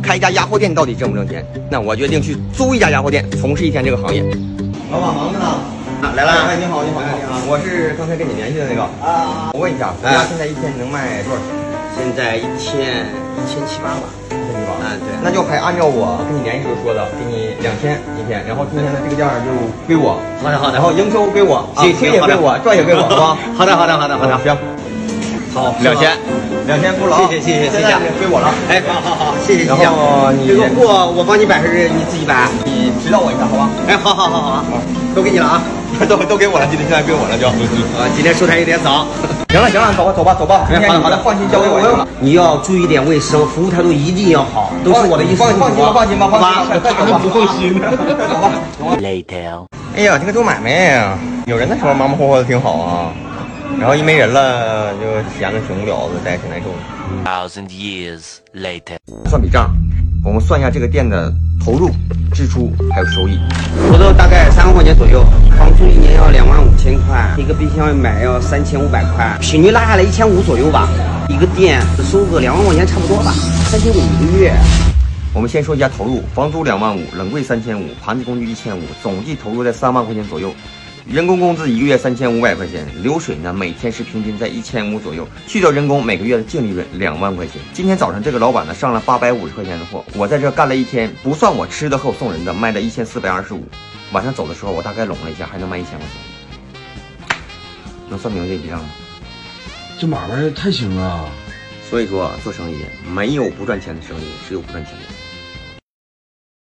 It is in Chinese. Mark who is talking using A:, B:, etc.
A: 开一家鸭货店到底挣不挣钱？那我决定去租一家鸭货店，从事一天这个行业。老板忙着呢。
B: 啊来了
A: 哎，你好，你好，你好，我是刚才跟你联系的那个。
B: 啊，
A: 我问一下，你
B: 哎
A: 家现在一天能卖多少钱？
B: 现在一千一千七八吧。
A: 这地方
B: 啊对
A: 那就还按照我跟你联系时候说的，给你两千一天，然后今天的这个价儿就归我。
B: 好的好的
A: 然后营收归我，
B: 行
A: 亏也
B: 好
A: 归
B: 的
A: 我，赚也归我，是吧？
B: 好的好的好的好的
A: 行，
B: 好
A: 两千，两千够了啊，
B: 谢谢谢谢
A: 现
B: 谢谢
A: 在
B: 啊
A: 归我了。
B: 哎，好好好，谢谢
A: 然
B: 谢谢。
A: 后你
B: 这个货我帮你摆还是你自己摆？啊
A: 你指导我一下，好吧？
B: 哎，好好好好好，都给你了啊。
A: 都 都给我了，今天现在归我了就。
B: 啊，今天收摊有点早。
A: 行了行了，走吧走吧走 吧，今天哎
B: 好的
A: 你
B: 好
A: 的
B: 的，
A: 放心交给我就行了。
B: 你要注意点卫生，服务态度一定要好，都是我的意思。
A: 放放心吧，放心吧，放心吧，快快走 吧，
B: 不放心
A: 走吧，走吧。
C: Later.
A: 哎呀，这个做买卖呀，有人的时候忙忙活活的挺好啊，然后一没人了就闲的挺无聊的，待着挺难受的。
C: Thousand years later.
A: 算笔账，我们算一下这个店的投入、支出还有收益。
B: 活动大概三万块钱左右，房租一年要两万五千块，一个冰箱买要三千五百块，平均拉下来一千五左右吧。一个店收个两万块钱差不多吧，三千五一个月。
A: 我们先说一下投入，房租两万五，冷柜三千五，盘子工具一千五，总计投入在三万块钱左右。人工工资一个月三千五百块钱，流水呢每天是平均在一千五左右，去掉人工，每个月的净利润两万块钱。今天早上这个老板呢上了八百五十块钱的货，我在这干了一天，不算我吃的和我送人的，卖了一千四百二十五。晚上走的时候我大概拢了一下，还能卖一千块钱，能算明白这笔账吗？
D: 这买卖太行了。
A: 啊
D: 啊
A: 所以说做生意没有不赚钱的生意，只有不赚钱的人。